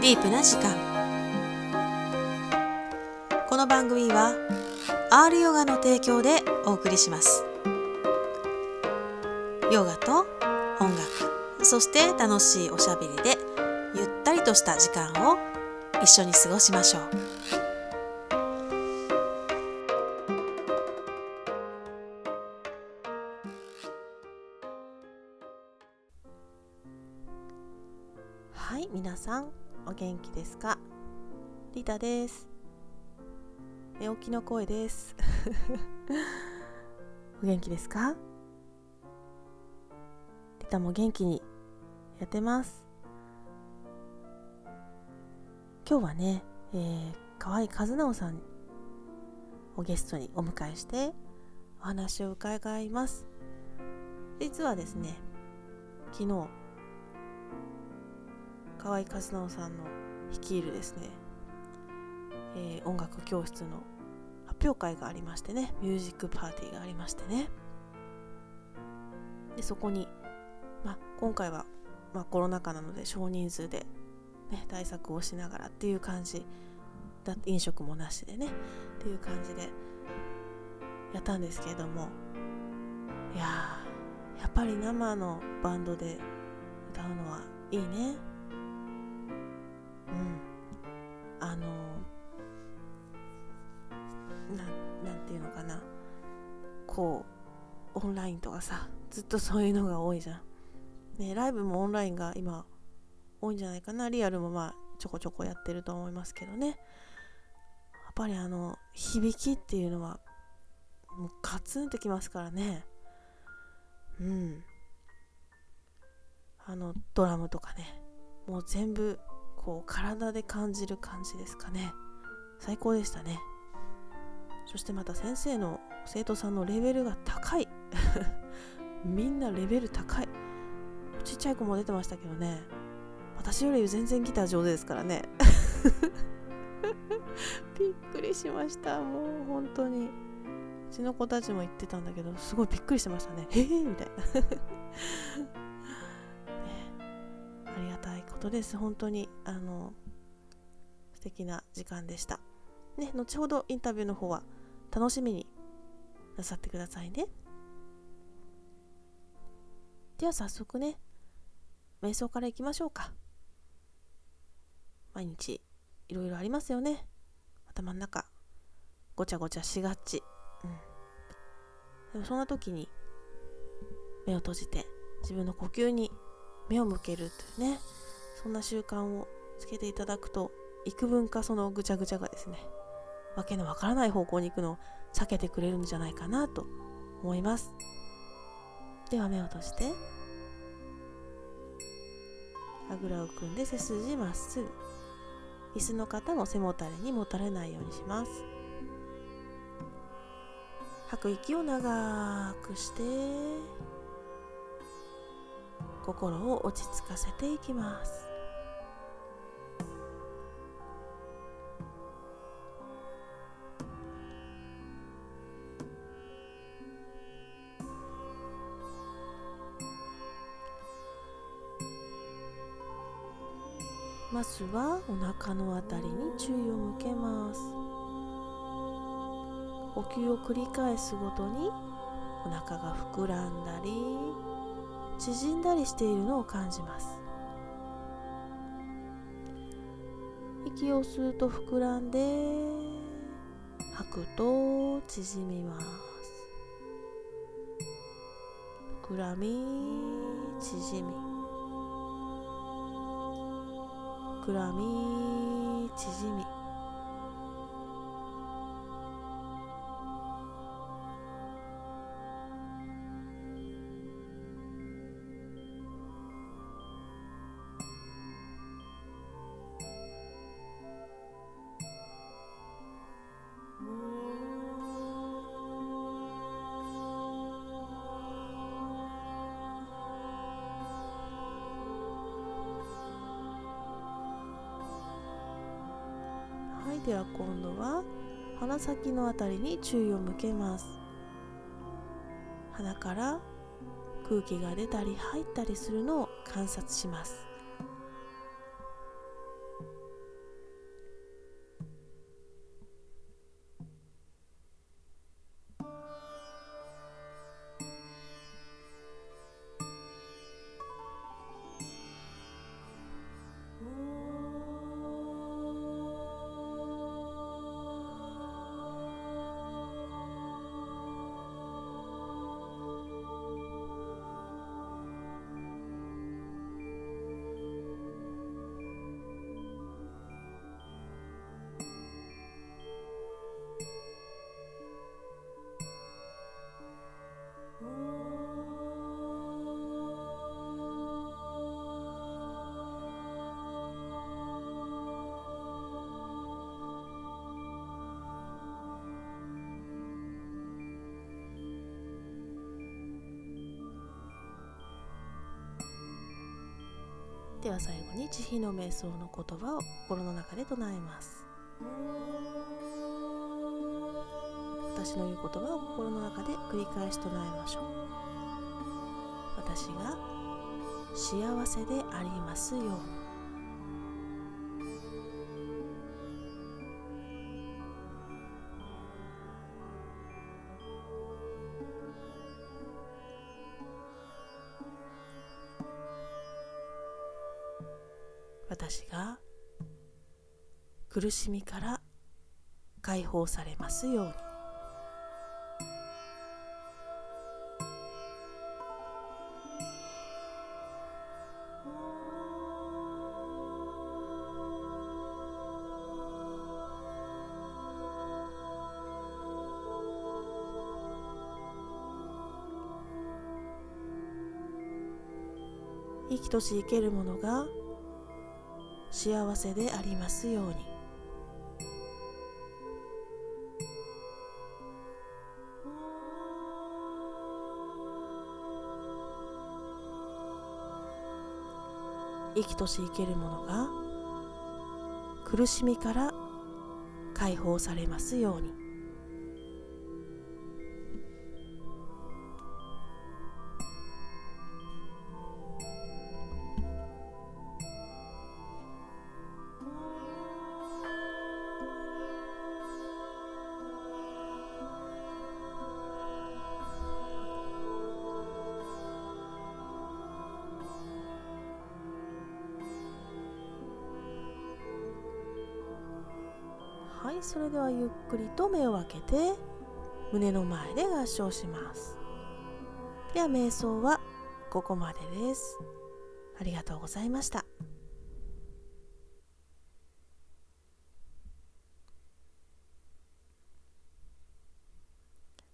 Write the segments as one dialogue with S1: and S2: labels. S1: ディープな時間この番組は R ヨガの提供でお送りしますヨガと音楽そして楽しいおしゃべりでゆったりとした時間を一緒に過ごしましょうはい皆さんお元気ですかリタです寝起きの声です お元気ですかリタも元気にやってます今日はね、えー、河合和直さんをゲストにお迎えしてお話を伺います実はですね昨日河合和直さんの率いるですね、えー音楽教室の発表会がありましてねミュージックパーティーがありましてねでそこに、まあ、今回は、まあ、コロナ禍なので少人数で、ね、対策をしながらっていう感じだ飲食もなしでねっていう感じでやったんですけれどもいやーやっぱり生のバンドで歌うのはいいねうんあのなんなんていうのかなこうオンラインとかさずっとそういうのが多いじゃん、ね、ライブもオンラインが今多いんじゃないかなリアルもまあちょこちょこやってると思いますけどねやっぱりあの響きっていうのはもうカツンときますからねうんあのドラムとかねもう全部こう体で感じる感じですかね最高でしたねそしてまた先生の生徒さんのレベルが高い みんなレベル高いちっちゃい子も出てましたけどね私より全然ギター上手ですからね びっくりしましたもう本当にうちの子たちも言ってたんだけどすごいびっくりしてましたねへえみたいなねありがたいことです本当にあの素敵な時間でしたね後ほどインタビューの方は楽しみになさってくださいねでは早速ね瞑想からいきましょうか毎日いろいろありますよね頭の中ごちゃごちゃしがち、うん、でもそんな時に目を閉じて自分の呼吸に目を向けるというねそんな習慣をつけていただくと幾分かそのぐちゃぐちゃがですねわけのわからない方向に行くのを避けてくれるんじゃないかなと思いますでは目を閉じてあぐらを組んで背筋まっすぐ椅子の方も背もたれにもたれないようにします吐く息を長くして心を落ち着かせていきますまずはお腹のあたりに注意を向けます呼吸を繰り返すごとにお腹が膨らんだり縮んだりしているのを感じます息を吸うと膨らんで吐くと縮みます膨らみ縮み膨らみ縮みはいでは今度は鼻先のあたりに注意を向けます鼻から空気が出たり入ったりするのを観察しますでは最後に慈悲の瞑想の言葉を心の中で唱えます私の言う言葉を心の中で繰り返し唱えましょう私が幸せでありますように私が苦しみから解放されますように生きとし生けるものが幸せでありますように生きとし生けるものが苦しみから解放されますようにはいそれではゆっくりと目を開けて胸の前で合掌しますでは瞑想はここまでですありがとうございました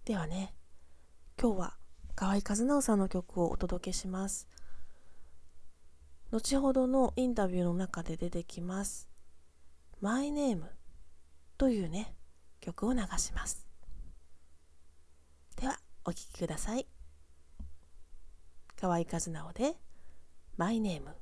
S1: ではね今日は河合和直さんの曲をお届けします後ほどのインタビューの中で出てきます「マイネーム」というね曲を流しますではお聴きください河合和直で「マイネーム」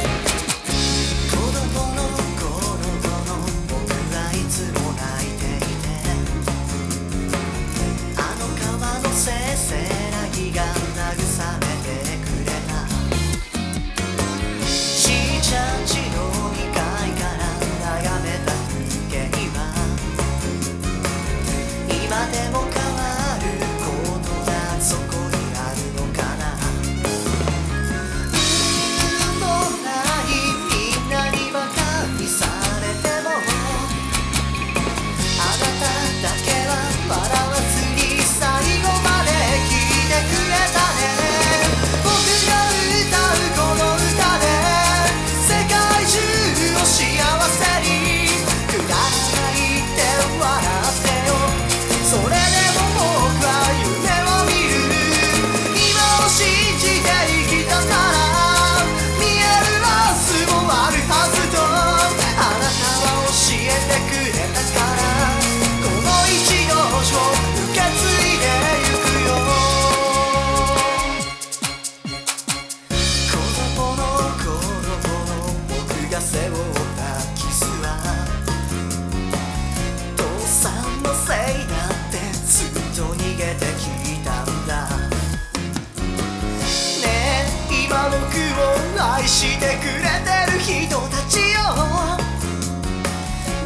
S2: 「子供の頃の僕はいつも泣いていて」「あの川のせせらぎが慰めてくれた」「しーちゃんちの2階から眺めた風景は」「今でも変わることがそこにあるのかな」「どんなにみんなにバカにされても」「あなただけは笑わずに最後まで聞いてくれたね」「僕が歌うこの歌で世界中を幸せに」「くだらないって笑ってよ」「それでも僕は夢を見る」「今を信じて生きたなら」「見える明日もあるはずと」「あなたは教えてくれたから」「この一行を受け継いでゆくよ」「子供の頃の僕が背負ったキスは」「父さんのせいだってずっと逃げてきたんだ」ねえ今僕を愛してくれてる人たちよ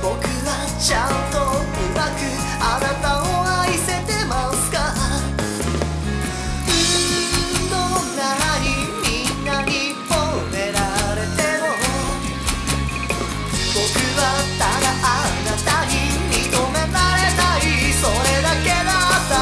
S2: 僕はちゃんとうまくあなたを愛せてますかうーんどんなにみんなに褒められても僕はただあなたに認められたいそれだけだった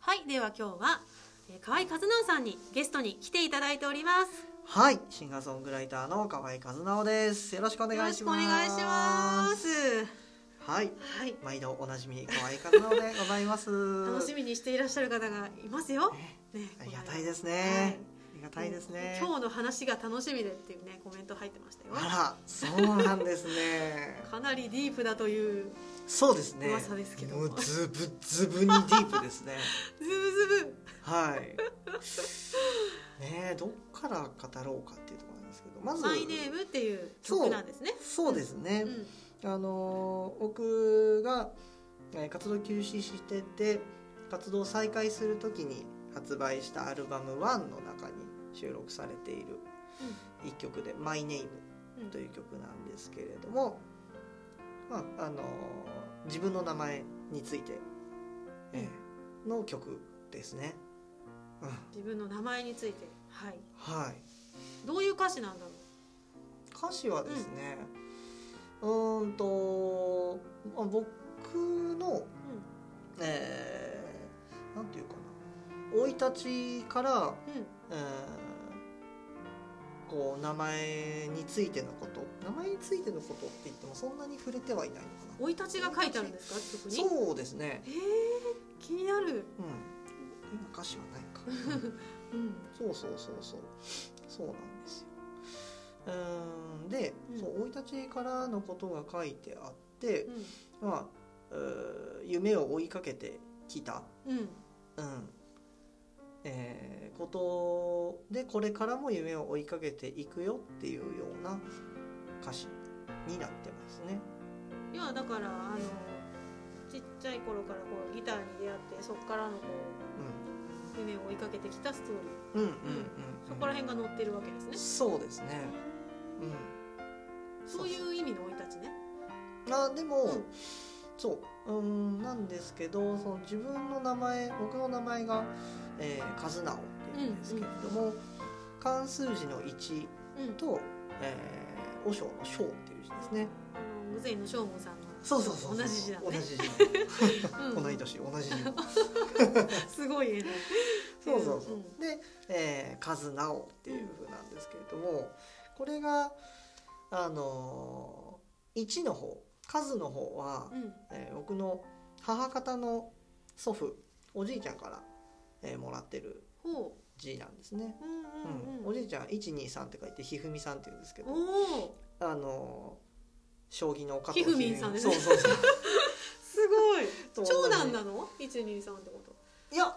S3: はいでは今日は、えー、河合和直さんにゲストに来ていただいております
S2: はい、シンガーソングライターの河合和直です。よろしくお願いします。
S3: よろしくお願いします
S2: はい、
S3: はい
S2: 毎度おなじみ河合和直でございます。
S3: 楽しみにしていらっしゃる方がいますよ、ね、
S2: ありがたいです
S3: は
S2: ねあ
S3: い。
S2: りがたいですね。
S3: 今日の話が楽しみでっていうねコメント入ってましたよ
S2: あら、そうなんです ね。
S3: かなりディープだという
S2: そうですね。
S3: 噂ですけど
S2: もうズブズブにディープですね。
S3: ズブズブ
S2: はい。ねえ、どっから語ろうかっていうところなんですけど、まず。
S3: マイネームっていう曲なんですね
S2: そうですね。
S3: うん
S2: あのー僕がえー活動休止してて活動再開する時に発売したアルバム「ONE」の中に収録されている一曲で「マイネーム
S3: うん
S2: という曲なんですけれども、まああのー自分の名前について、えーの曲ですね。うん、
S3: 自分の名前についてはい
S2: はい
S3: どういう歌詞なんだろ
S2: 歌詞はですね、うーんとあ僕の
S3: う、
S2: えー、なんていうかな生い立ちから、
S3: うんうん、
S2: えーこう名前についてのこと名前についてのことって言ってもそんなに触れてはいないのかな
S3: 生い立ちが書いてあるんですか曲に
S2: そうですね
S3: えー、気になる、
S2: うん今歌詞はない か、うん
S3: うん、
S2: そうそうそうそうそうなんですようーんで、
S3: うん
S2: そう生い立ちからのことが書いてあって、
S3: うん
S2: まあうー夢を追いかけてきた
S3: うん
S2: うんえーことでこれからも夢を追いかけていくよっていうような歌詞になってますね。
S3: 要はだからあのちっちゃい頃からこうギターに出会ってそこからのこう夢を追いかけてきたストー
S2: うん、
S3: リー
S2: うんうんうん、うん
S3: そこら辺が載ってるわけですね、
S2: そうですね。うん、
S3: そういう意味の生い立ちね
S2: あでも、
S3: うん
S2: そううんなんですけどその自分の名前僕の名前が、えー、カズナオっていうんですけれども、漢数字の1
S3: うん
S2: と、えー、和尚の「章」っていう字ですね。
S3: あの無罪の正 門さんの
S2: そうそうそうそう
S3: 同じ字だね
S2: 同じ字
S3: うん
S2: 同い年同じ字
S3: すごい絵ね
S2: そうそうそう、
S3: うん
S2: で、えー、カズナオっていうふうなんですけれどもこれがあのー、1の方カズの方は、
S3: うん
S2: えー僕の母方の祖父おじいちゃんから、えーもらってる
S3: ほ
S2: 字なんですね、
S3: うう
S2: う
S3: ん
S2: ん
S3: うんう
S2: お
S3: ん
S2: じいちゃん123って書いてひふみさんって言うんですけど
S3: おお
S2: あのー将棋の加藤
S3: ひふみんさんですね
S2: そうそう
S3: すごい
S2: そう
S3: 長男なの一二三ってこと
S2: いやう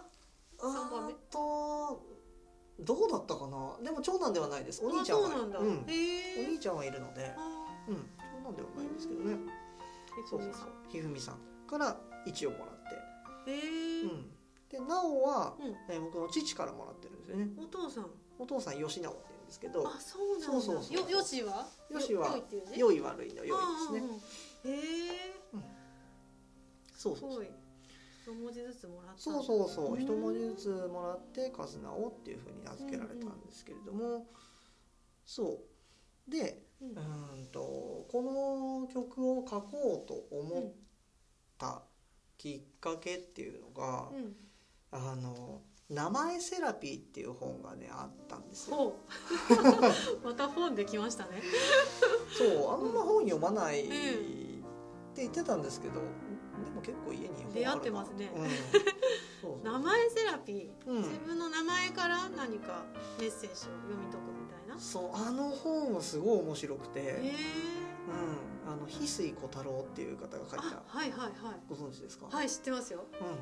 S3: 三番目
S2: ーんとどうだったかなでも長男ではないですお兄ちゃん
S3: あ
S2: は
S3: そうなんだ、
S2: うん
S3: へ
S2: お
S3: え
S2: 兄ちゃんはいるので、
S3: あ
S2: うん、長男ではないんですけどね
S3: ー
S2: そうそうそうひふみさんから1をもらっ
S3: へ
S2: て、
S3: え
S2: うん、でなおは、
S3: うん
S2: えー僕の父からもらってるんですよね
S3: お父さん
S2: お父さん吉直って言うんですけど
S3: あそうなんだ
S2: そうそうそう
S3: よよしは
S2: よしは
S3: よいっていうね
S2: 良い悪いの良いですね
S3: うんうんうんへえ
S2: そう
S3: す
S2: そうそ
S3: ご
S2: う
S3: い一文字ずつもらった
S2: そうそうそう
S3: うん
S2: 一文字ずつもらって「カズナオ」っていうふうに名付けられたんですけれども、そうで
S3: うん
S2: うーんとこの曲を書こうと思ったきっかけっていうのが、
S3: うんうん
S2: あの名前セラピーっていう本がねあったんですよ。
S3: ほう また本できましたね
S2: そうあんま本読まないっ
S3: ん
S2: て言ってたんですけど、でも結構家に本あるな
S3: 出会ってますね
S2: うん、そうそ う
S3: 名前セラピー、
S2: うん
S3: 自分の名前から何かメッセージを読み解くみたいな
S2: そうあの本はすごい面白くて、
S3: へえ
S2: うん、あの翡翠小太郎っていう方が書い
S3: あ
S2: た
S3: はいはいはい
S2: ご存知ですか、
S3: はい知ってますよ
S2: うんうん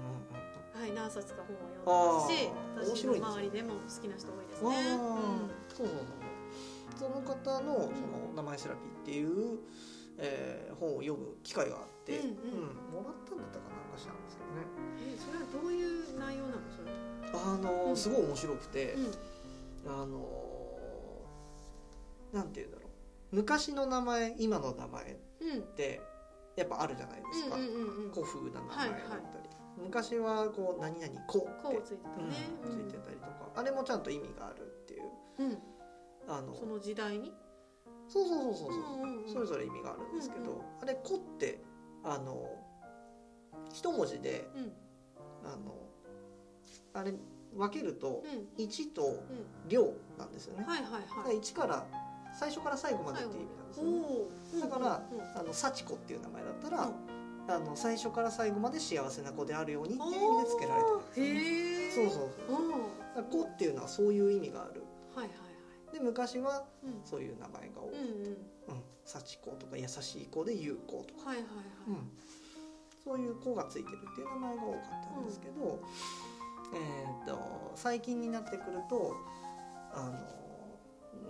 S3: はい何冊か本は読んで
S2: あー
S3: ます
S2: 面
S3: し私
S2: 白いです
S3: の
S2: ね
S3: 周りでも好きな人多いです
S2: うん、
S3: ね
S2: あーそうそうそうその方のその名前セラピーっていう、えー本を読む機会があって、
S3: うんうん
S2: もらったんだったかな昔なんですけどね
S3: うんえそれはどういう内容なのそれ
S2: あのー
S3: うん
S2: すごい面白くて、
S3: うん
S2: あのーなんて言うんだろう昔の名前今の名前っ
S3: うん
S2: てやっぱあるじゃないですか、
S3: うんうんうんうん
S2: 古風な名前だったり、
S3: はいはい
S2: 昔はこう何々こうっ
S3: こ
S2: て
S3: うついてた
S2: うん
S3: ね、
S2: ついてたりとか、あれもちゃんと意味があるっていう
S3: うんうん
S2: あの
S3: その時代に
S2: そうそうそうそうそう,、
S3: うんうんうん
S2: それぞれ意味があるんですけど、
S3: うん
S2: あれ「こ」ってあの一文字で
S3: うん
S2: あのあれ分けると
S3: うん
S2: 1と
S3: う
S2: 量なんですよね
S3: ん、。はいはい
S2: だ
S3: は
S2: から
S3: い。
S2: 1から最初から最後までっていう意味なんですよね。
S3: おお。
S2: だから
S3: うん
S2: あの幸子っていう名前だったら、あの最初から最後まで幸せな子であるようにっていう意味でつけられてるんですよね。
S3: へえ。
S2: そうそうそう。
S3: うん。はい
S2: だから子っていうのはそういう意味がある。
S3: はいはい。
S2: で昔は
S3: うん。
S2: そういう名前が多い。
S3: うんう
S2: う
S3: ん。
S2: ん、幸子とか優しい子で優子とか、
S3: はいはいはい。
S2: うん、そういう子がついてるっていう名前が多かったんですけど、えーっと最近になってくるとあ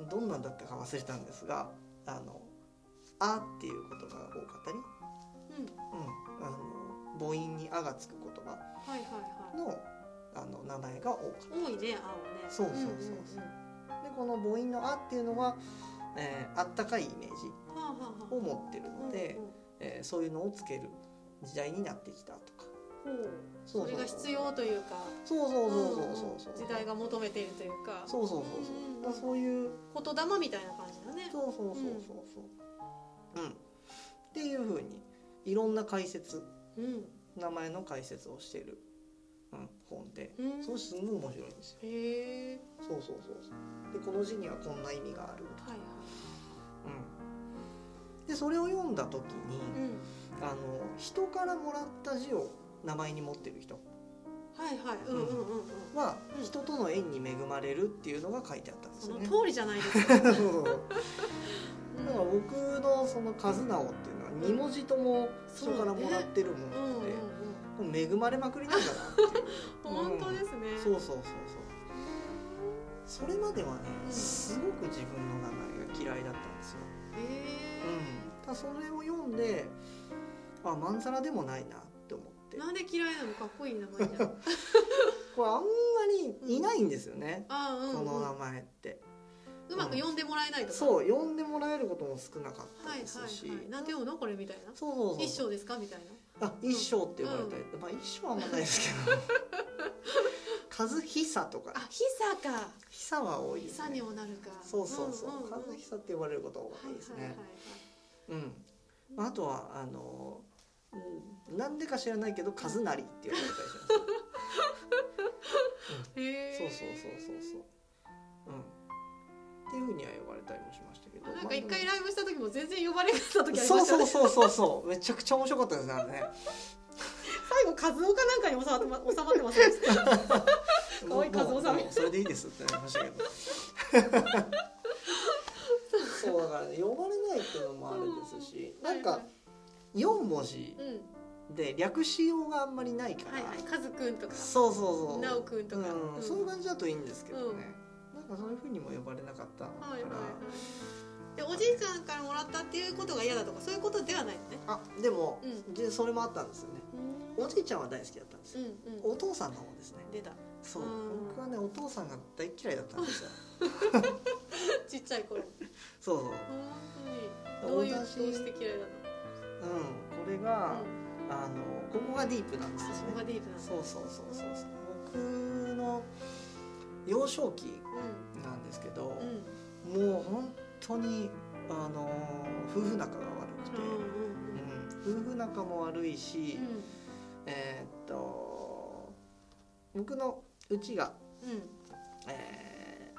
S2: のどんなんだったか忘れたんですが「あのあ」っていう言葉が多かったり、
S3: うん。
S2: うん、あの母音に「あ」がつく言葉
S3: はいはいはい。
S2: のあの名前が多かった。
S3: 多いね、青ね。
S2: そうそうそうそうでこの母音の「あ」っていうのは、えーあったかいイメージ
S3: うんうんうん。はあはあ
S2: を
S3: は
S2: 持ってる
S3: あ。
S2: ので。
S3: うんうん
S2: えーそういうのをつける時代になってきたとか
S3: ほう
S2: そう
S3: それが必要というか。
S2: そうそうそうそうそうそう
S3: 時代が求めているというか。
S2: そうそうそう
S3: うん
S2: そう
S3: うんうん
S2: だからそういう
S3: 言霊みたいな感じだね。
S2: そうそうそうそうそううんっていうふうにいろんな解説
S3: うん。
S2: 名前の解説をしてる、うん、本で
S3: うん。
S2: それすんごい面白いんですよ
S3: へえ。
S2: そうそうそうそうでこの字にはこんな意味がある、
S3: はいはい。
S2: うん、でそれを読んだ時に
S3: うん。
S2: あの人からもらった字を名前に持ってる人
S3: はいはい。うんうんうんうん。
S2: は
S3: うん
S2: 人との縁に恵まれるっていうのが書いてあったんです
S3: そ
S2: よ
S3: の
S2: ね。
S3: 通りじゃないですか。
S2: だから僕のその「和直」っていうのは2文字とも人からもらってるも
S3: うんうん
S2: の
S3: うん
S2: で、もう恵まれまくりなんだなっていう
S3: 本当ですね。
S2: そうそうそうそうそれまではね
S3: うん
S2: すごく自分の名前が嫌いだったんですよ、
S3: へ
S2: ただそれを読んであまんざらでもないなって思って
S3: え。なんで嫌いなのかっこいい名前じゃん。
S2: これあんまりいないんですよね、
S3: ああうん
S2: この
S3: うん
S2: 名。前って
S3: うまく呼んでもらえないとか。。
S2: そうう呼んでもらえることも少なかっ
S3: は
S2: た
S3: い
S2: ですし、
S3: はいはい。なんて読むのこれみたいな。
S2: そうそうそう
S3: 一生ですかみたいな。
S2: あ一生って呼ばれたり、まあ一生はあんまないですけ ど和久とか
S3: あ、ひさか。
S2: 久は多い
S3: ひ
S2: です
S3: さ
S2: ね
S3: にもなるか。
S2: そうそうそう,、
S3: んんん
S2: 和久って呼ばれることが多いですね、
S3: はいはいはい
S2: うん、まあ、あとはあのうんなんでか知らないけど和成って呼ばれたりしますそうそうそうそ
S3: はい。へえ。
S2: うそううんっていうふうには呼ばれたりもしましたけど
S3: あなんか一回
S2: ま
S3: ライブした時も全然呼ばれなかった時
S2: あ
S3: ありました
S2: そう
S3: よ
S2: そうそ
S3: ね。
S2: うそうそうめちゃくちゃ面白かったですねあれね
S3: 最後カズオかなんかに収まってま収まってま せんでした。可愛い和夫さん
S2: もうもうそれでいいですってなりましたけど そうだからね呼ばれないっていうのもあるんですし、なん
S3: はい
S2: か
S3: はい
S2: 4文字
S3: うん。
S2: で略しようがあんまりないから、
S3: はいはい。カズくんとか。
S2: そうそうそう
S3: なおくんとか
S2: うん
S3: うん
S2: そういう感じだといいんですけどね、なんかそういうふうにも呼ばれなかったから、
S3: はいはいはい。でおじいちゃんからもらったっていうことが嫌だとかそういうことではないのね。
S2: あでも、
S3: う
S2: でそれもあったんですよねおじいちゃんは大好きだったんです
S3: う
S2: よ、
S3: んう
S2: お父さんの方ですね
S3: ん。出た。
S2: そう
S3: うん
S2: 僕はねお父さんが大嫌いだったん ですよ
S3: ちっちゃ い頃。
S2: そうそう
S3: 本当に。どういうどう
S2: 私
S3: して嫌いだ
S2: うん、これ
S3: った
S2: が
S3: の。、
S2: あのここがディープなんですよ
S3: あそこ
S2: ね。
S3: がディープなんだ。
S2: そうそうそうそうそう。僕の幼少期なんですけど、
S3: うんうん
S2: もう本当にあの夫婦仲が悪くて、うん夫婦仲も悪いし、えーっと僕のうちが、
S3: うん
S2: えー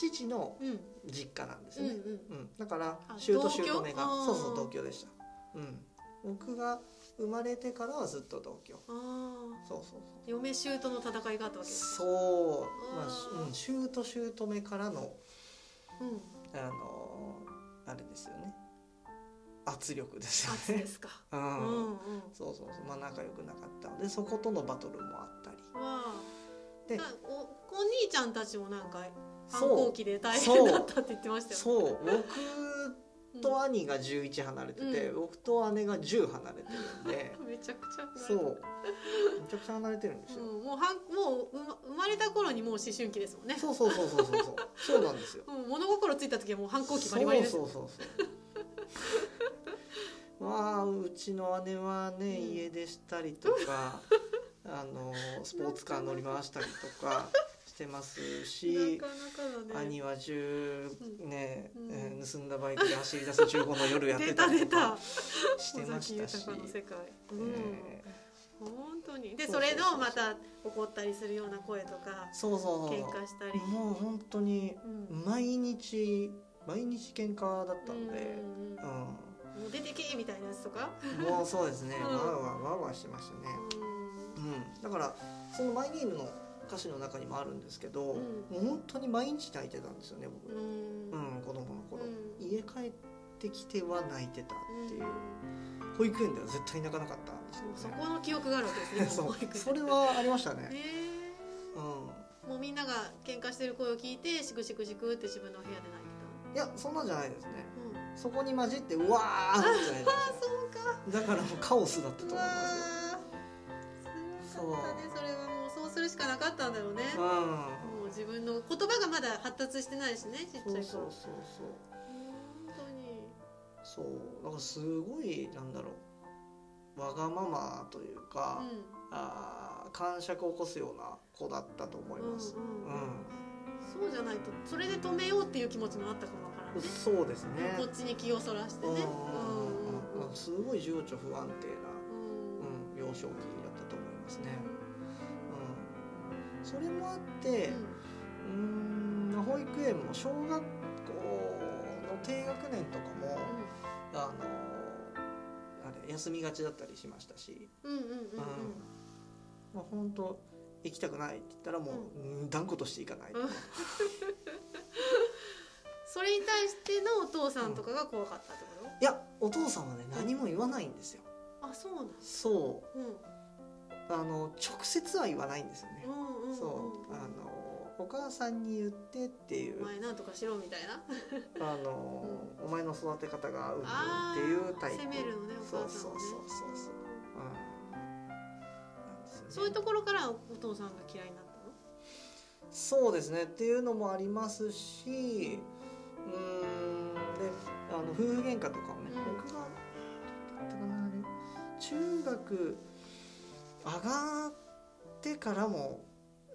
S2: 父の
S3: うんうんうん
S2: 実家なんです
S3: う
S2: よね。
S3: ん
S2: うん、だから
S3: あ
S2: 姑と姑が
S3: 同居
S2: そうそ
S3: あー
S2: う同居でした、うん、僕が生まれてからはずっと同居
S3: うん。ああ。
S2: そうそう
S3: 嫁衆との戦いがあったわけです。
S2: そうそうまあ
S3: あー
S2: しうん姑姑からの
S3: うん。
S2: あのーあれですよね圧力ですよ
S3: 圧で
S2: ね
S3: すか。
S2: う、
S3: うんんうん。
S2: そうそうそうまあ仲良くなかったのでそことのバトルもあったり
S3: わあ。
S2: で
S3: なおお兄ちゃんたちもなんか反
S2: そ
S3: 抗
S2: う
S3: 期で大変だったって言ってましたよ。う。
S2: そう僕と兄が11離れてて、
S3: う
S2: 僕と姉が10離れてるん で
S3: めちゃくちゃ。
S2: そうめちゃくちゃ離れてるんですよ、
S3: うん、もうはんもううま生まれた頃にもう思春期ですもんね。
S2: そうそうそうそうそうそう。そうなんですよ。
S3: うん、物心ついた時はもう反抗期バリバリです。
S2: そうそうそうそう。 まあうちの姉はね、
S3: うん
S2: 家出したりと か、あのスポーツカー乗り回したりとかしてます
S3: な
S2: し
S3: か。なかだね。
S2: 兄は10ね、
S3: うん
S2: えー盗んだバイクで走り出す15の夜やって
S3: 出
S2: た
S3: た
S2: り
S3: 出
S2: とか
S3: た。
S2: して
S3: 尾
S2: ま
S3: 崎
S2: したし
S3: 豊、の世界。うん。
S2: え
S3: 本当にで
S2: そ
S3: そう
S2: そうそう
S3: れのまた怒ったりするような声とか
S2: そうそうそう
S3: 喧嘩したり、
S2: もう本当に
S3: うん
S2: 毎日毎日喧嘩だったので
S3: うん
S2: うん、
S3: もう出てけみたいなやつとか、
S2: もうそうですね、
S3: うん
S2: わーわーわーわーしてましたねうんだからその「マイネーム」の歌詞の中にもあるんですけど、
S3: うん
S2: もう本当に毎日泣いてたんですよね
S3: う
S2: 僕、
S3: ん
S2: うん、子供の頃、
S3: うん
S2: 家帰ってきては泣いてたっていう、
S3: う
S2: 保育園では絶対泣かなかったんです
S3: んそ
S2: よね
S3: この記憶があるわけですね
S2: そ
S3: も
S2: う
S3: う一個
S2: それはありましたね
S3: ね
S2: う
S3: えもうみんなが喧嘩してる声を聞いてシクシクシクって自分の部屋で泣い
S2: んいやそんなんじゃないですね
S3: てた、
S2: そこに混じってうわーってなりま
S3: あ
S2: し
S3: そうか
S2: ただからもうカオスだったと思
S3: う
S2: い
S3: わ
S2: ますよ
S3: ー強かったねそれはもうそうするしかなかったんだろうね
S2: う
S3: も
S2: ん
S3: う自分の言葉がまだ発達してないしねちっちゃい
S2: そうそうそ
S3: 頃
S2: うそう
S3: 本当に
S2: そうだからすごいなんだろうわがままというか、あー感触を起こすような子だったと思います
S3: うんう
S2: う
S3: んうん、そうじゃないとそれで止めようっていう気持ちもあったかもわからん
S2: ん
S3: ね
S2: そうですね
S3: こっちに気をそらして
S2: うん
S3: ね
S2: うん
S3: うん
S2: うんうんすごい情緒不安定な、
S3: うん
S2: うん、
S3: うん
S2: 幼少期だったと思いますね、うん、それもあって、うーん保育園も小学校の低学年とかも、あのあれ休みがちだったりしましたし、
S3: うんうんうんうんうん
S2: まあ、本当行きたくないって言ったらもう、うん、断固としていかないとか、
S3: それに対してのお父さんとかが怖かったってこ
S2: いやお父さんはね何も言わないんですよ
S3: とあそうなん
S2: そ
S3: うん
S2: うあの直接は言わないんですよね
S3: う、んうんうん
S2: そうあのお母さんに言ってっていう
S3: お前なんとかしろみたいな
S2: あの、お前の育て方がうんぬん
S3: あ
S2: っていうタイプ
S3: ー責めるのねお母さん
S2: そう
S3: を
S2: そうそうそううん
S3: ね
S2: なんですよね
S3: そういうところからお父さんが嫌いになったの
S2: そうですねっていうのもありますしうーんであの夫婦喧嘩とかをね、
S3: うん
S2: 僕がどうだったかなあれ中学上がってからも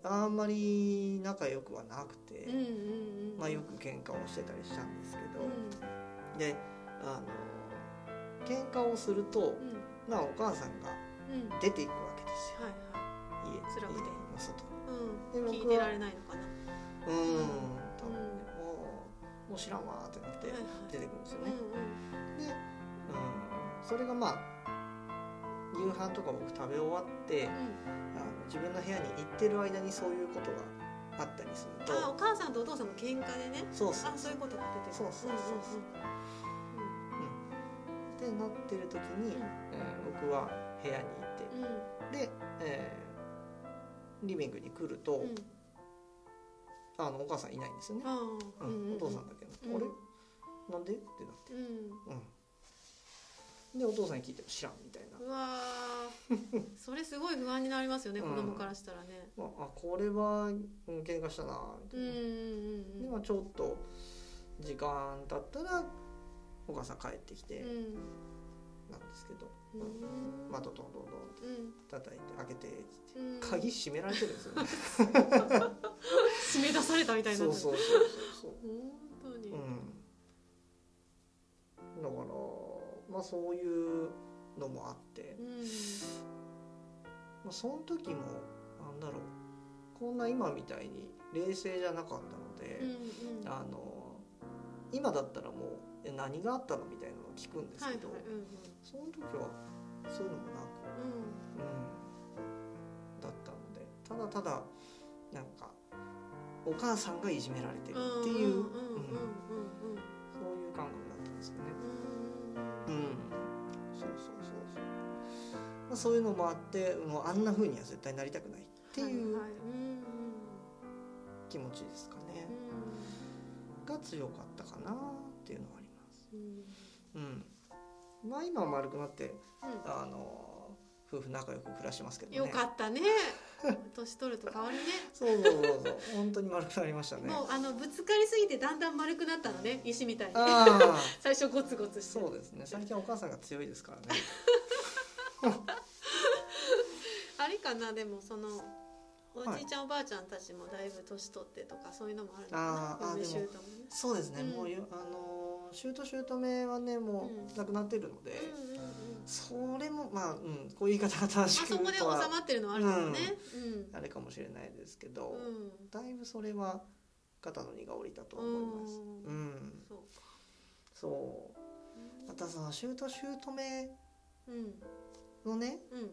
S2: あんまり仲良くはなくて、
S3: うんうんうん
S2: まあ、よく喧嘩をしてたりしたんですけ
S3: うん
S2: ど、であの喧嘩をすると、
S3: うん
S2: まあ、お母さんが
S3: うん
S2: 出ていくわけですよ
S3: はいは
S2: 家
S3: 辛くて
S2: 家の外に。
S3: いう
S2: で僕は
S3: ん聞いてられないのかな
S2: うーん多
S3: う
S2: 分ね
S3: ん
S2: もうもう知らんわーってなって
S3: はいはい
S2: 出てくるんですよ
S3: う
S2: ね、
S3: ん
S2: で、
S3: うん
S2: うん、それがまあ夕飯とか僕食べ終わってあの自分の部屋に行ってる間にそういうことがあったりすると
S3: うんあお母さんとお父さんの喧嘩でね
S2: そうそう
S3: あそういうことが出てくる
S2: そうそうそうそうんってなってる時に、
S3: うん
S2: えー僕は部屋に
S3: うんうん
S2: 行ってで、えーリビングに来ると、
S3: うんうん
S2: あのお母さんいないんですよね、
S3: あ
S2: う
S3: ー
S2: ん
S3: うんうん
S2: お父さんだけな
S3: うん
S2: って、あれなんでってなって、
S3: うん
S2: うん、でお父さんに聞いても知らんみたいな
S3: うわ ーそれすごい不安になりますよね
S2: う
S3: 子
S2: ん
S3: 供からしたらね
S2: まあ、あこれはうん喧嘩したなみた
S3: う
S2: い
S3: んう
S2: な、
S3: んうん
S2: でまあちょっと時間経ったらお母さん帰ってきて
S3: うん
S2: なんですけど、
S3: うん
S2: うんまあ、ドドンドンドンって
S3: うん
S2: 叩いて開けてっつって
S3: うん
S2: 鍵閉められてるんですよ ね
S3: 締め出されたみたいに
S2: そう
S3: なっ
S2: そう
S3: てる
S2: そうそう
S3: 本当に
S2: そう、うん、だからまあそういうのもあって
S3: う、ん
S2: まあ、その時もなんだろうこんな今みたいに冷静じゃなかったので、
S3: うんうん
S2: あの今だったらもうえ何があったのみたいなのを聞くんです
S3: はい
S2: け
S3: はい
S2: ど、
S3: うんうん
S2: その時はそういうのもなく、うん、だったのでただただなんかお母さんがいじめられてる
S3: うん
S2: っていう、うん
S3: うんうんうんうん
S2: そういう感覚だったんですよね。
S3: うん
S2: うん、そうそうそうそう、まあ、そういうのもあってもうあんな風には絶対なりたくないっていう
S3: はいはいうん
S2: 気持ちですかね、が強かったかなっていうのはあります。
S3: うんう
S2: う
S3: ん
S2: んまあ、今は丸くなって
S3: う
S2: あの夫婦仲良く暮らしてますけど
S3: ん
S2: ね。
S3: よかったね年取ると変わりね
S2: そうそうそうそう。本当に丸くなりましたね。
S3: もうあのぶつかりすぎてだんだん丸くなったのね石みたいに
S2: ああ、
S3: 最初ゴツゴツして
S2: そうですね。最近お母さんが強いですからね。
S3: あれかなでもそのおじいちゃん、おばあちゃんたちもだいぶ年取ってとかそういうのもあるのか
S2: あー
S3: な
S2: あー
S3: 嫁
S2: でも
S3: 姑もね
S2: そうですね。
S3: うん
S2: もうよあのー姑はねも
S3: うん
S2: う亡くなってるので、
S3: うんうんうん
S2: それもまあ、うん、こういう言い方が正し
S3: あ
S2: く
S3: そこで収
S2: とは
S3: まってるのはあるからねうん
S2: あれかもしれないですけど、
S3: うん
S2: だいぶそれは肩の荷が下りたと思います。
S3: う
S2: うんん、
S3: そうか
S2: そうまたその姑姑
S3: うん
S2: のね
S3: うん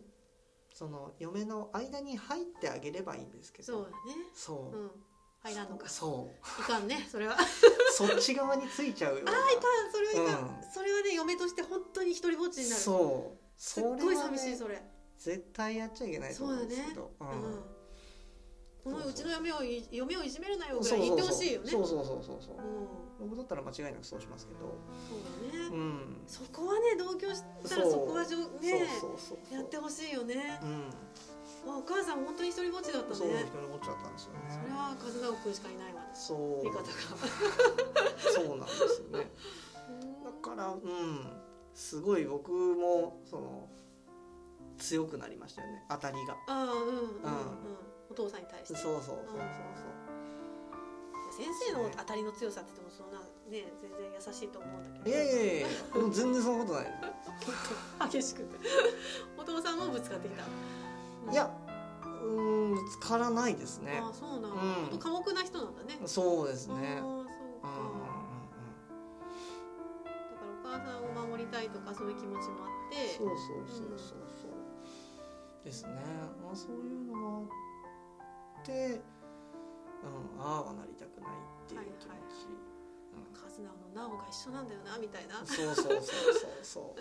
S2: その嫁の間に入ってあげればいいんですけど
S3: そうだね
S2: そう
S3: うん入らんのか
S2: そう
S3: いかんねそれは あ
S2: そっち側についちゃうような
S3: それはいかん、
S2: うん
S3: それはね嫁として本当に一人ぼっちになる
S2: そうそ
S3: すっ
S2: れは、ね、
S3: ごい寂しいそれ
S2: 絶対やっちゃいけないと思うんですけどう
S3: うんんこ
S2: そう
S3: の
S2: そう
S3: うちの嫁をい嫁をいじめるなよぐ
S2: そ
S3: ら
S2: う
S3: い
S2: そ
S3: 言っ
S2: う
S3: てほ
S2: そう
S3: しいよね
S2: そうそうそうそうそう
S3: うん
S2: 僕だったら間違いなくそうしますけど
S3: そうだね
S2: うん
S3: そこはね同居したら
S2: そう
S3: そこはじょね
S2: そうそうそうそう
S3: やってほしいよね
S2: うん
S3: わお母さん本当に一人ぼっちだったね
S2: そ
S3: そうれ
S2: 一人ぼっちだったんですよね
S3: は和直くんしかいないわ
S2: そう
S3: 味方が
S2: そうなんですよねだからうんすごい僕もその強くなりましたよね当たりが
S3: ああうんうんうん、
S2: うん
S3: お父さんに対し
S2: そう
S3: て
S2: そうそうそう
S3: 先生の当たりの強さって言ってもそんなね全然優しいと思うんだ
S2: そういやい
S3: け
S2: やいやもう全然そんなことない
S3: ど激しくてお父さんもぶつかってきた、うん
S2: いやうーんぶつからないですね
S3: ああそうなんだ、
S2: うん
S3: ほんと寡黙な人なんだね
S2: そうですね
S3: ああそう
S2: う
S3: か
S2: ん、
S3: だからお母さんを守りたいとかそういう気持ちもあって
S2: そうそうそうそうそうですねまあそういうのもあってうんああはなりたくないっていう気持ち、うん
S3: カズナの「なお」が一緒なんだよなみたいな
S2: そうそうそうそうそう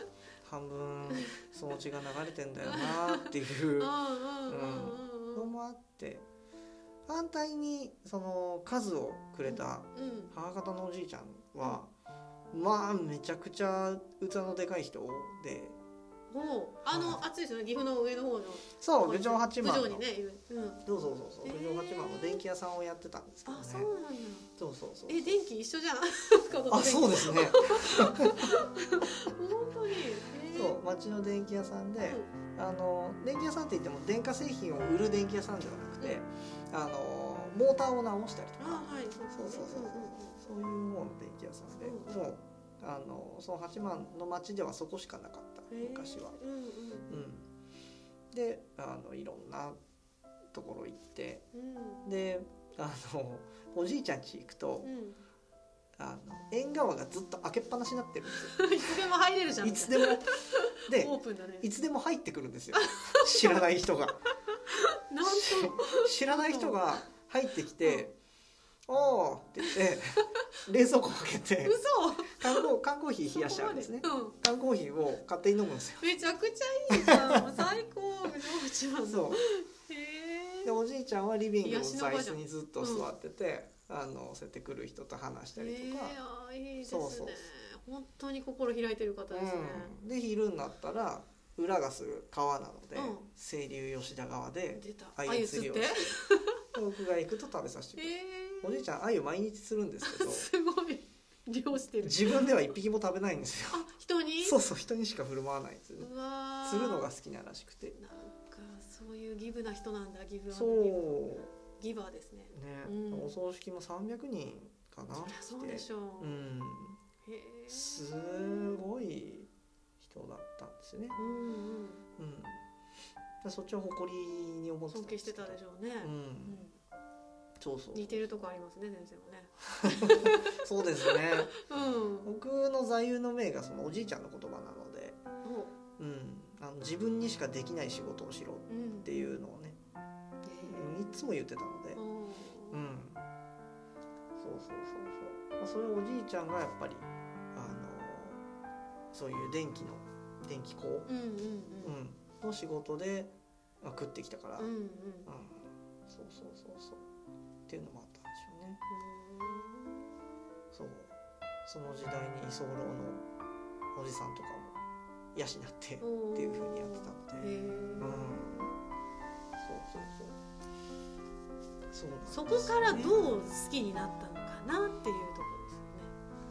S2: 半分その血が流れてんだよなっていう
S3: うんうんうんう
S2: の
S3: ん
S2: もあって反対にその数をくれた
S3: うん
S2: 母方のおじいちゃんはまあめちゃくちゃ器のでかい人で
S3: もうあの暑いですよね岐阜の上の方の
S2: そう郡上八幡
S3: 郡
S2: の
S3: 上にねいるうん
S2: そうそうそうそう
S3: へー
S2: 郡上八幡の電気屋さんをやってたんですけど
S3: あ
S2: ね
S3: そうなんだ
S2: そうそうそう
S3: え電気一緒じゃん
S2: あ そうう ですね
S3: 本当に
S2: そう町の電気屋さんで、
S3: え
S2: あの電気屋さんって言っても電化製品を売る電気屋さんではなくて、あのモーターを直したりと
S3: あ
S2: か
S3: はいそ
S2: そ
S3: う
S2: うそうそうそうそういう方の電気屋さんで、
S3: うん
S2: もうあのその八幡の町ではそこしかなかった昔は。
S3: うんうん
S2: うん、であのいろんなところ行って
S3: うん
S2: であのおじいちゃん家行くと、
S3: うん
S2: あの縁側がずっと開けっぱなしになってるんです
S3: いつでも入れるじゃ
S2: よ
S3: ん
S2: いつでもで
S3: オープンだね
S2: いつでも入ってくるんですよ知らない人が。
S3: なんと
S2: 知らない人が入ってきて「おーって言って冷蔵庫開けて
S3: 嘘
S2: 缶コー缶コーヒー冷やしちゃうんですね
S3: そこまでうん
S2: 缶コーヒーを勝手に飲むんですよ
S3: めちゃくちゃいいじゃん最高うちはう
S2: そう
S3: へえ
S2: でおじいちゃんはリビングの
S3: 癒しの場
S2: 座
S3: じゃん
S2: 椅子にずっと座ってて、あのそうやって来る人と話したりとか、
S3: えーあーいいですね
S2: そうそう
S3: 本当に心開いてる方ですね、
S2: うん、で昼になったら裏がすぐ川なので、
S3: うん
S2: 清流吉田川で
S3: 出た
S2: あ
S3: あゆ
S2: ゆ
S3: 釣
S2: 釣
S3: っ
S2: りを
S3: て
S2: 僕が行くと食べさせてくれる、
S3: え
S2: おじいちゃん鮎毎日するんですけ
S3: ー、
S2: ど
S3: すごい漁してる
S2: 自分では一匹も食べないんですよ
S3: あ人に
S2: そうそう人にしか振る舞わないんですよね
S3: うわー
S2: するのが好きならしくて
S3: なんかそういうギブな人なんだギブアンドギブ
S2: そう
S3: ギバーですね
S2: ね、
S3: うん
S2: お葬式も300人かな
S3: そりゃそうでしょ
S2: う
S3: う、
S2: うん
S3: へえ
S2: すごい人だったんですよね
S3: うんうん
S2: うんでそっちは誇りに思って
S3: 尊敬してたで
S2: し
S3: しょうね
S2: ょ、うんそうそ
S3: う
S2: う
S3: ん似てるとこありますね先生もね
S2: そうですね
S3: うん
S2: 僕の座右の銘がそのおじいちゃんの言葉なので、
S3: お
S2: うん、あの自分にしかできない仕事をしろっ
S3: うん
S2: ていうのをねいつも言ってたのでう
S3: う
S2: んん、そうそうそうそう、まあ、それをおじいちゃんがやっぱりあのそういう電気の電気工、
S3: うんうんうん
S2: うん、の仕事で、まあ、食ってきたから、
S3: うんうん
S2: うんそうそうそうそうっていうのもあったんでしょうねそうその時代に居候のおじさんとかも養って、うん、
S3: うん
S2: っていう風にやってたので
S3: へー
S2: そうそうそうそうなんです
S3: そ
S2: ね
S3: こからどう好きになったのかなっていう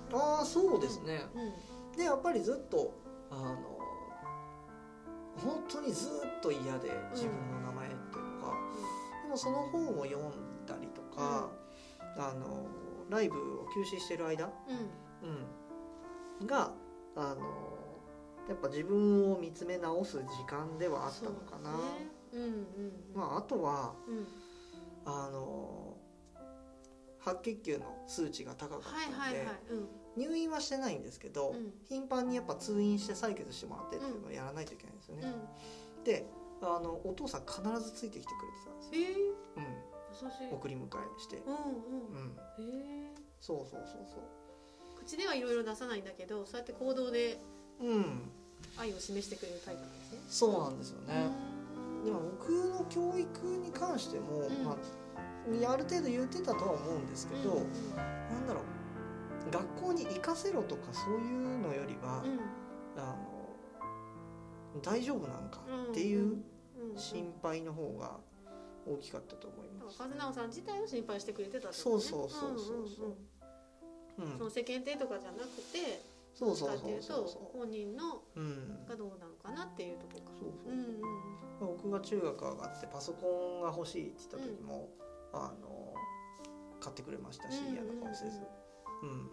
S3: とこ
S2: ああそうですね、
S3: ろですよね。
S2: でやっぱりずっとあの本当にずっと嫌で自分の名前っていうのが、でもその本を読んだりとか、あのライブを休止してる間、
S3: うんうん
S2: うん、があのやっぱ自分を見つめ直す時間ではあったのかな、
S3: そうねうんうん
S2: まああとは
S3: うんうん
S2: あの白血球の数値が高かっ
S3: はい
S2: た
S3: は
S2: の
S3: い
S2: で、
S3: はいうん
S2: 入院はしてないんですけど、
S3: うん
S2: 頻繁にやっぱ通院して採血してもらってっていうのをやらないといけないんですよ
S3: う
S2: ね、
S3: ん
S2: であのお父さん必ずついてきてくれてたんですよ、
S3: えー、優し
S2: う
S3: い
S2: ん、送り迎えして、
S3: うん
S2: う
S3: うん
S2: ん、
S3: え
S2: そうそうそうそ
S3: ー、口ではいろいろ出さないんだけどそうやって行動で
S2: ううん
S3: 愛を示してくれるタイプなんですね
S2: そうなんですよね、でも僕の教育に関しても、
S3: うん
S2: まあ、ある程度言ってたとは思うんですけど、
S3: うん
S2: なんだろう学校に行かせろとかそういうのよりは、
S3: うん
S2: あの大丈夫なんかっていう
S3: うんうん
S2: 心配の方が大きかったと思いま
S3: だか
S2: す。
S3: ら和直さん自体を心配してくれてたってこと
S2: そうそうそうそうそうん
S3: ん
S2: う
S3: うん
S2: ん
S3: そ、の世間体とかじゃなくて
S2: そうそう
S3: 使
S2: そう
S3: っていう
S2: そう
S3: と
S2: そ
S3: 本人の
S2: う。うん、
S3: がどうなのかなっていうところか
S2: そうそう
S3: うんうん
S2: 僕が中学上がってパソコンが欲しいって言った時も、あの買ってくれましたし
S3: うんうん
S2: 嫌な顔せず、うん、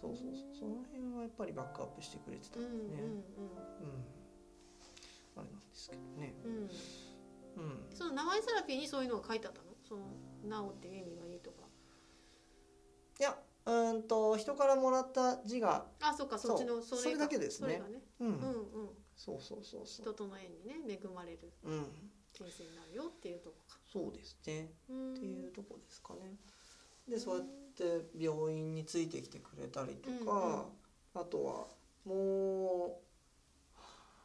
S2: そうそうそ
S3: うん
S2: うその辺はやっぱりバックアップしてくれてた
S3: うんん
S2: で
S3: うん
S2: ね、うんあれなんですけどね、
S3: うんうん
S2: うん、
S3: その長いセラピーにそういうのが書いてあったのその「なお」っていう意味がいいとか
S2: いやうーんと人からもらった字が、
S3: あそっかそっちの
S2: そう
S3: か
S2: それだけですね
S3: それがね
S2: うん
S3: うんうん
S2: そうそうそうそう、
S3: 人との縁にね恵まれる
S2: うん、
S3: 人生になるよっていうとこか
S2: そうですね
S3: うん
S2: っていうとこですかね。でそうやって病院についてきてくれたりとか、あとはも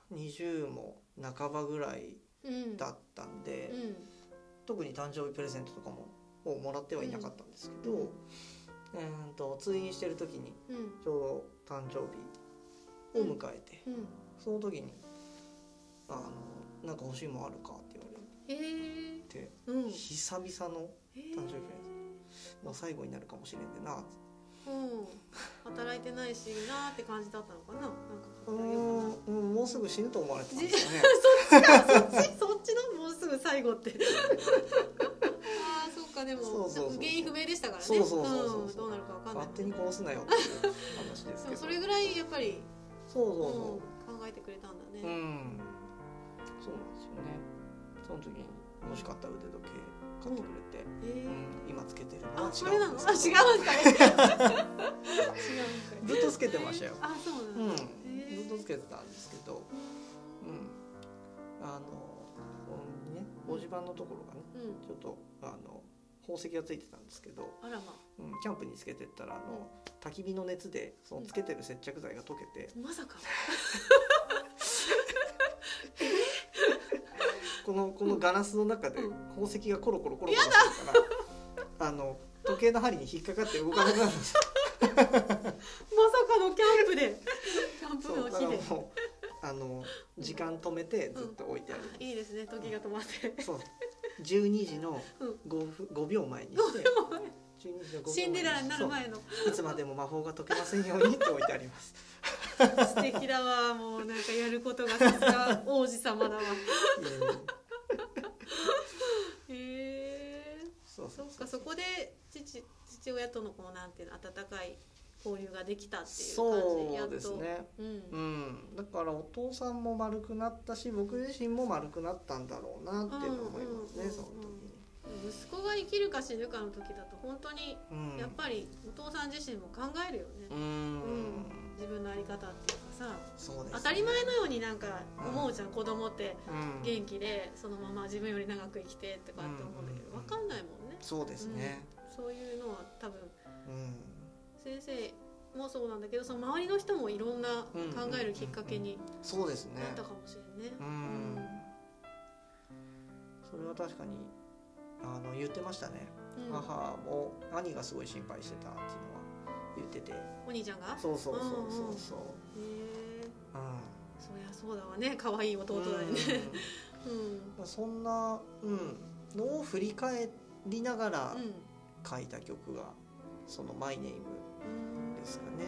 S2: う20も半ばぐらい
S3: うん
S2: だったんで、
S3: うん
S2: 特に誕生日プレゼントとかももうもらってはいなかったんですけど、
S3: うん
S2: うーんと通院してる時に
S3: うん
S2: ちょうど誕生日を迎えて、
S3: うん
S2: その時に「あのなんか欲しいもんあるか?」って言われ
S3: へえ
S2: て、
S3: うんへ
S2: 久々の
S3: え
S2: 誕生日プレゼント。もう最後になるかもしれんでなっつって
S3: うん、働いてないしなーって感じだったのかな。なんか
S2: う
S3: 働いようか
S2: ーんうんもうすぐ死ぬと思われてたんですよね
S3: な。そっちそっちのもうすぐ最後って。ああそっかでも
S2: そうそうそうそう
S3: 原因不明でしたからね。
S2: そうそうそうそう
S3: うんどうなるかわかんない。
S2: 勝手に殺すなよっていう話ですけ
S3: でも
S2: ど
S3: それぐらいやっぱり、
S2: そう
S3: うん、
S2: そう
S3: 考
S2: そ
S3: えてくれたんだ
S2: ううん、
S3: ね。
S2: そうなんですよねその時に欲しかった腕時計買ってくれて、
S3: え
S2: うん、
S3: ー
S2: 今つけてるの
S3: あ
S2: は
S3: それなの？あ
S2: で
S3: 違うんですすか
S2: けど
S3: ね。違うんか
S2: ず
S3: い。
S2: っとつけてましたよ
S3: あそう
S2: う
S3: なん
S2: ん
S3: だ。へー
S2: ずっとつけてたんですけどうんあのこのね文字盤のところがね
S3: うん。
S2: ちょっとあの宝石がついてたんですけど、
S3: あらま
S2: うん、キャンプにつけてったらあの焚き火の熱でそのつけてる接着剤が溶けて、
S3: まさか。
S2: このこのガラスの中で
S3: うん
S2: 宝石がコロコロコロコロしてるから、あの時計の針に引っかかって動かなくなるんで すよ。
S3: まさかのキャンプで。キャンプ
S2: そうだ
S3: の
S2: から
S3: 日
S2: も
S3: で。
S2: うあの時間止めてずっと置いてある。
S3: いいですね時が止まって。
S2: そう。十二時の
S3: うん
S2: 五分五秒前にして。12時の5秒前に
S3: シンデレラになる前の
S2: そういつまでも魔法が解けませんようにって置いてあり ます。
S3: 素敵だわもうなんかやることがさすが王子様だわ
S2: いえいえ
S3: へえ
S2: そう
S3: そ
S2: そう
S3: っかそこで父父親とのこうなんていうの温かい交流ができたっていう感じでや
S2: そ
S3: っ
S2: う
S3: と
S2: ですね。
S3: うん、
S2: うん、だからお父さんも丸くなったし僕自身も丸くなったんだろうなっていうのを思いますね、
S3: うんうんうんうん
S2: その時に、
S3: 息子が生きるか死ぬかの時だと本当に
S2: うん、
S3: やっぱりお父さん自身も考えるよね
S2: う、ん、
S3: 自分の在り方っていうかさ
S2: そうです
S3: 当たり前のようになんか思うじゃん、子供って
S2: うん
S3: 元気でそのまま自分より長く生きてとかって思うんだけ
S2: うん
S3: ど分かんないもんね
S2: そうですね
S3: そういうのは多分
S2: うん、
S3: 先生もそうなんだけどその周りの人もいろんな考えるきっかけに
S2: そうですね
S3: なったかもしれんね
S2: う。んそれは確かにあの言ってましたね、
S3: うん
S2: 母も兄がすごい心配してたっていうのは言ってて
S3: お兄ちゃんが
S2: そうそうそうそうそう
S3: へえ
S2: うん
S3: そりゃそうだわね可愛い弟だよね。
S2: うん
S3: うん
S2: まあそんな、うん、のを振り返りながら
S3: うん
S2: 書いた曲がその「マイネーム
S3: うん
S2: ですかね。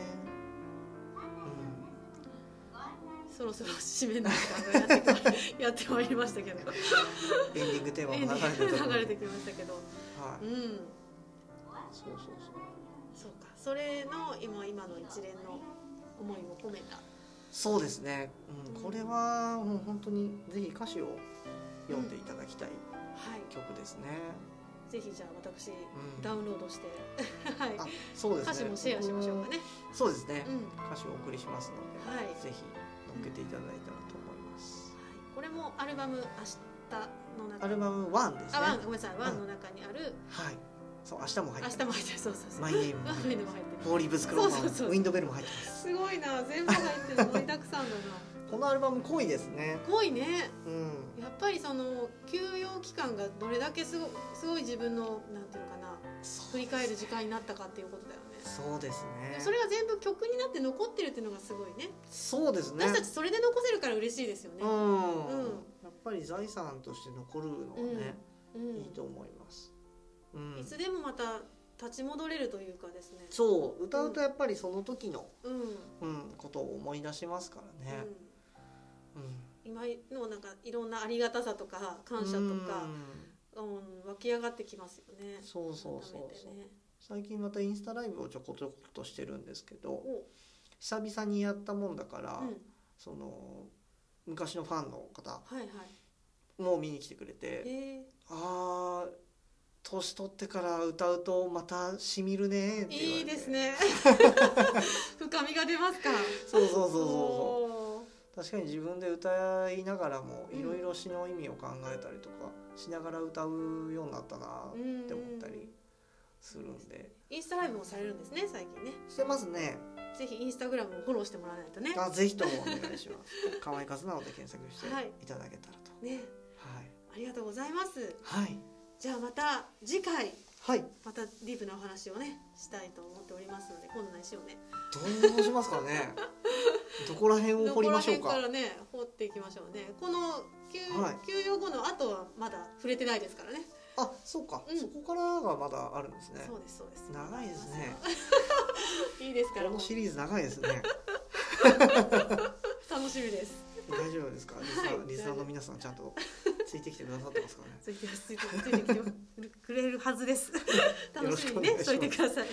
S3: そろそろ締めの時間がやってまいやってまいりましたけ ど
S2: うん、エンディングテーマ
S3: エンデ
S2: も流れて
S3: ィン
S2: た
S3: グが
S2: の
S3: 流れ
S2: で
S3: てきましたけど、
S2: は
S3: う
S2: い、
S3: ん、
S2: そうそう
S3: そうかそれの今今の一連の思いを込めた
S2: そうですね、うん、これはもう本当にぜひ歌詞を読んでいただきたい
S3: い
S2: 曲ですね、
S3: ぜひじゃあ私
S2: うん
S3: ダウンロードして はい
S2: あそうですね
S3: 歌詞もシェアしましょうかね
S2: 僕そうですね、
S3: うん
S2: 歌詞をお送りしますので、
S3: はい
S2: ぜひ乗っけていただいたらと思います、
S3: はいこれもアルバム明日の中
S2: アルバム1ですね
S3: あワンごめんなさいワンの中にある
S2: はいそう明日も入
S3: 明
S2: っ
S3: 日
S2: て
S3: も入ってるそうそうそう
S2: マイネ ームも
S3: ワン
S2: 入
S3: メ
S2: って
S3: で
S2: ま
S3: も入っ
S2: す
S3: てる
S2: フォーリーブスクローバ
S3: そうそう
S2: ー
S3: そう
S2: ウィンドベルも入ってます
S3: すごいな全部入ってる盛りだくさんだな
S2: このアルバム濃いですね
S3: すごいね
S2: うん
S3: やっぱりその休養期間がどれだけすごすごい自分のなんていうのかな振り返る時間になったかっていうことだよね
S2: そうです
S3: で
S2: ね
S3: もそれが全部曲になって残ってるっていうのがすごいね
S2: そうですね
S3: 私たちそれで残せるから嬉しいですよね
S2: う、ん、
S3: うん
S2: やっぱり財産として残るのはね、
S3: うん
S2: いいと思います、うん
S3: いつでもまた立ち戻れるというかですね
S2: そう歌うとやっぱりその時の、
S3: うん、うん、
S2: うん、ことを思い出しますからね、うん
S3: 今のなんかいろんなありがたさとか感謝とか、うん湧き上がってきますよね
S2: うんそうそうそうそ
S3: 改
S2: う
S3: めてね
S2: 最近またインスタライブをちょこちょこっとしてるんですけど
S3: お
S2: 久々にやったもんだから、
S3: うん
S2: その昔のファンの方
S3: はいはい
S2: も見に来てくれて
S3: え
S2: ああ年取ってから歌うとまたしみるねーって言わ
S3: ー、い
S2: れ
S3: い
S2: て
S3: ですね 深みが出ますか
S2: そうそうそうそうそう
S3: そ
S2: 確かに自分で歌いながらもいろいろ詩の意味を考えたりとかしながら歌うようになったなって思ったりするんで
S3: インスタライブもされるんですね最近ね
S2: してますね
S3: ぜひインスタグラムをフォローしてもらわないとね
S2: あぜひともお願いします 可愛い数なので検索して
S3: はい
S2: いただけたらと
S3: ね
S2: は
S3: ありがとうございます
S2: いはい
S3: じゃあまた次回
S2: はい
S3: またディープなお話をねしたいと思っておりますので今度何しようね
S2: どうしますかねどこら辺を掘りましょう
S3: どこ
S2: から
S3: 辺からね掘っていきましょうねこの休,、
S2: はい
S3: 休養後の後はまだ触れてないですからね
S2: あそうか、
S3: うん
S2: そこからがまだあるんですね
S3: そうですそうです
S2: 長いですね
S3: いいですか
S2: こ
S3: らも
S2: の
S3: う
S2: シリーズ長いですね
S3: 楽しみです
S2: 大丈夫ですかリスナー,、
S3: はい
S2: リスナーの皆さんちゃんとついてきてくださってますかね
S3: ついてますついてついてきてくれるはずです 楽しみ
S2: よろし
S3: にね
S2: くお願いします
S3: しといてくださいね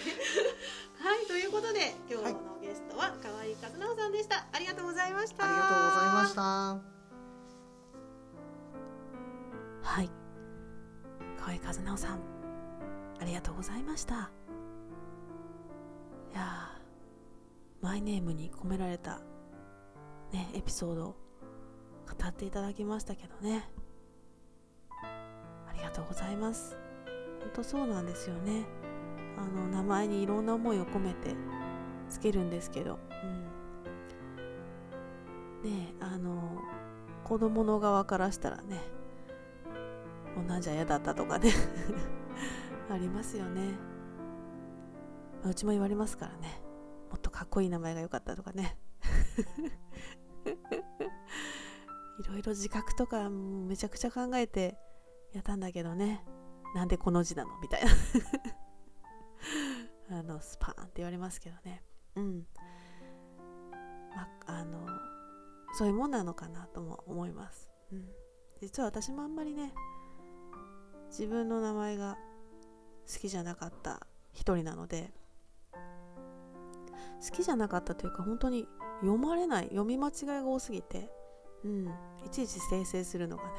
S3: はいということで今日のゲストは河合和直さんでしたありがとうございました
S2: ありがとうございました。
S1: はい河合和直さんありがとうございましたいやーマイネームに込められたねエピソードを語っていただきましたけどねありがとうございます本当そうなんですよねあの名前にいろんな思いを込めてつけるんですけど、うん、ねえあの子供の側からしたらねこんなんじゃ嫌だったとかね ありますよねまあうちも言われますからねもっとかっこいい名前が良かったとかね いろいろ自覚とかもうめちゃくちゃ考えてやったんだけどねなんでこの字なのみたいな あのスパーンって言われますけどねうんまあのそういうもんなのかなとも思います、うん、実は私もあんまりね自分の名前が好きじゃなかった一人なので好きじゃなかったというか本当に読まれない読み間違いが多すぎて、うん、いちいち生成するのがね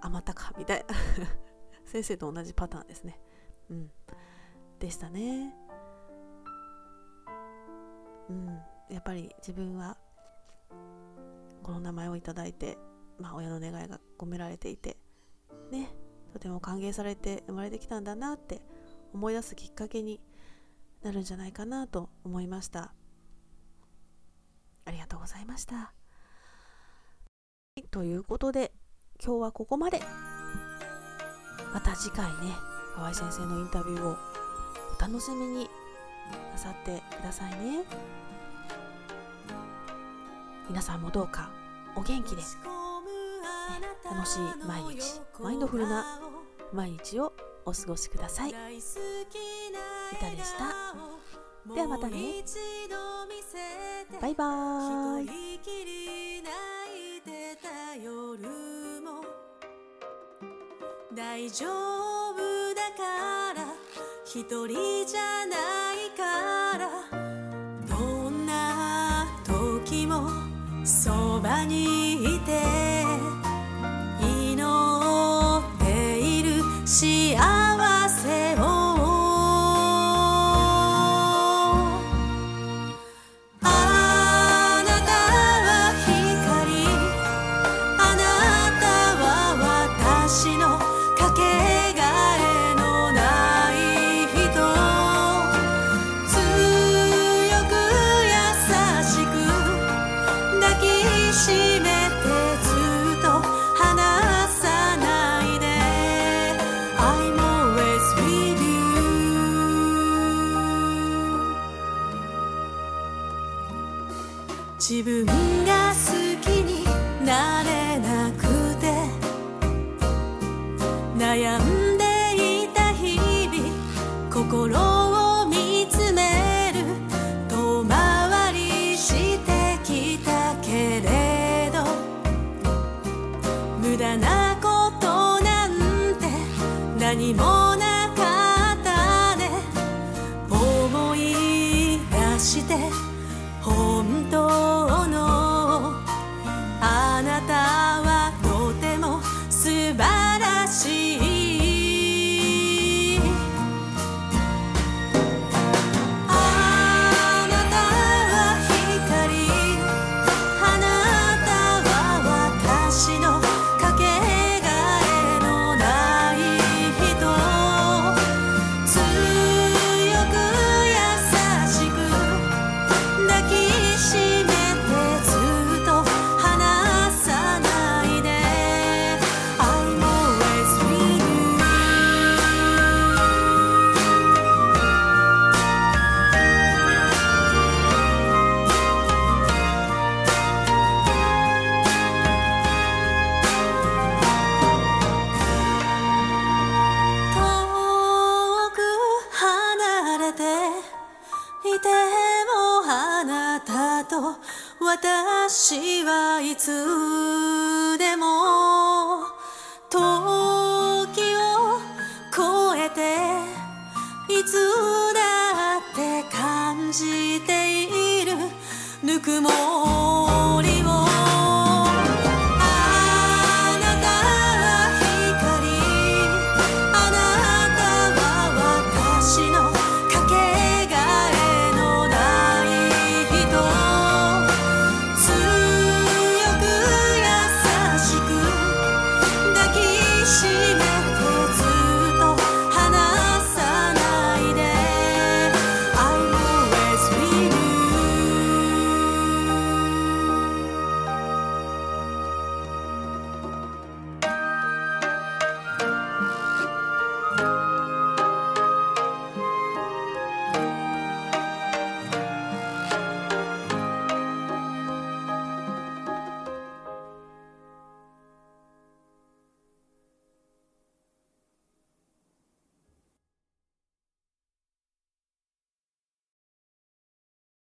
S1: あまたかみたいな 先生と同じパターンですね、うん、でしたね、うん、やっぱり自分はこの名前をいただいて、まあ、親の願いが込められていてねとても歓迎されて生まれてきたんだなって思い出すきっかけになるんじゃないかなと思いましたありがとうございましたはいということで今日はここまでまた次回ね河合先生のインタビューをお楽しみになさってくださいね皆さんもどうかお元気で楽しい毎日マインドフルな毎日をお過ごしください歌でしたではまたねバイバーイ
S4: 一人きり泣いてた夜も大丈夫だから一人じゃないからどんな時も
S1: そばにいて祈っている幸せを「あなたは光」「あなたは私のかけがえのない人」「強く優しく抱きしめてずっと離さないで」「I'm always with you」自分が好きになれなくて悩んでいた日々心を見つめる遠回りしてきたけれど無駄なことなんて何もなかったね思い出して本当のあなたはとても素晴らしいあなたは光あなたは私のかけがえのない人強く優しく抱きしめてずっと離さないで I'm always with you 遠く離れていてもあなたと私はいつでも時を超えていつだって感じているぬくもり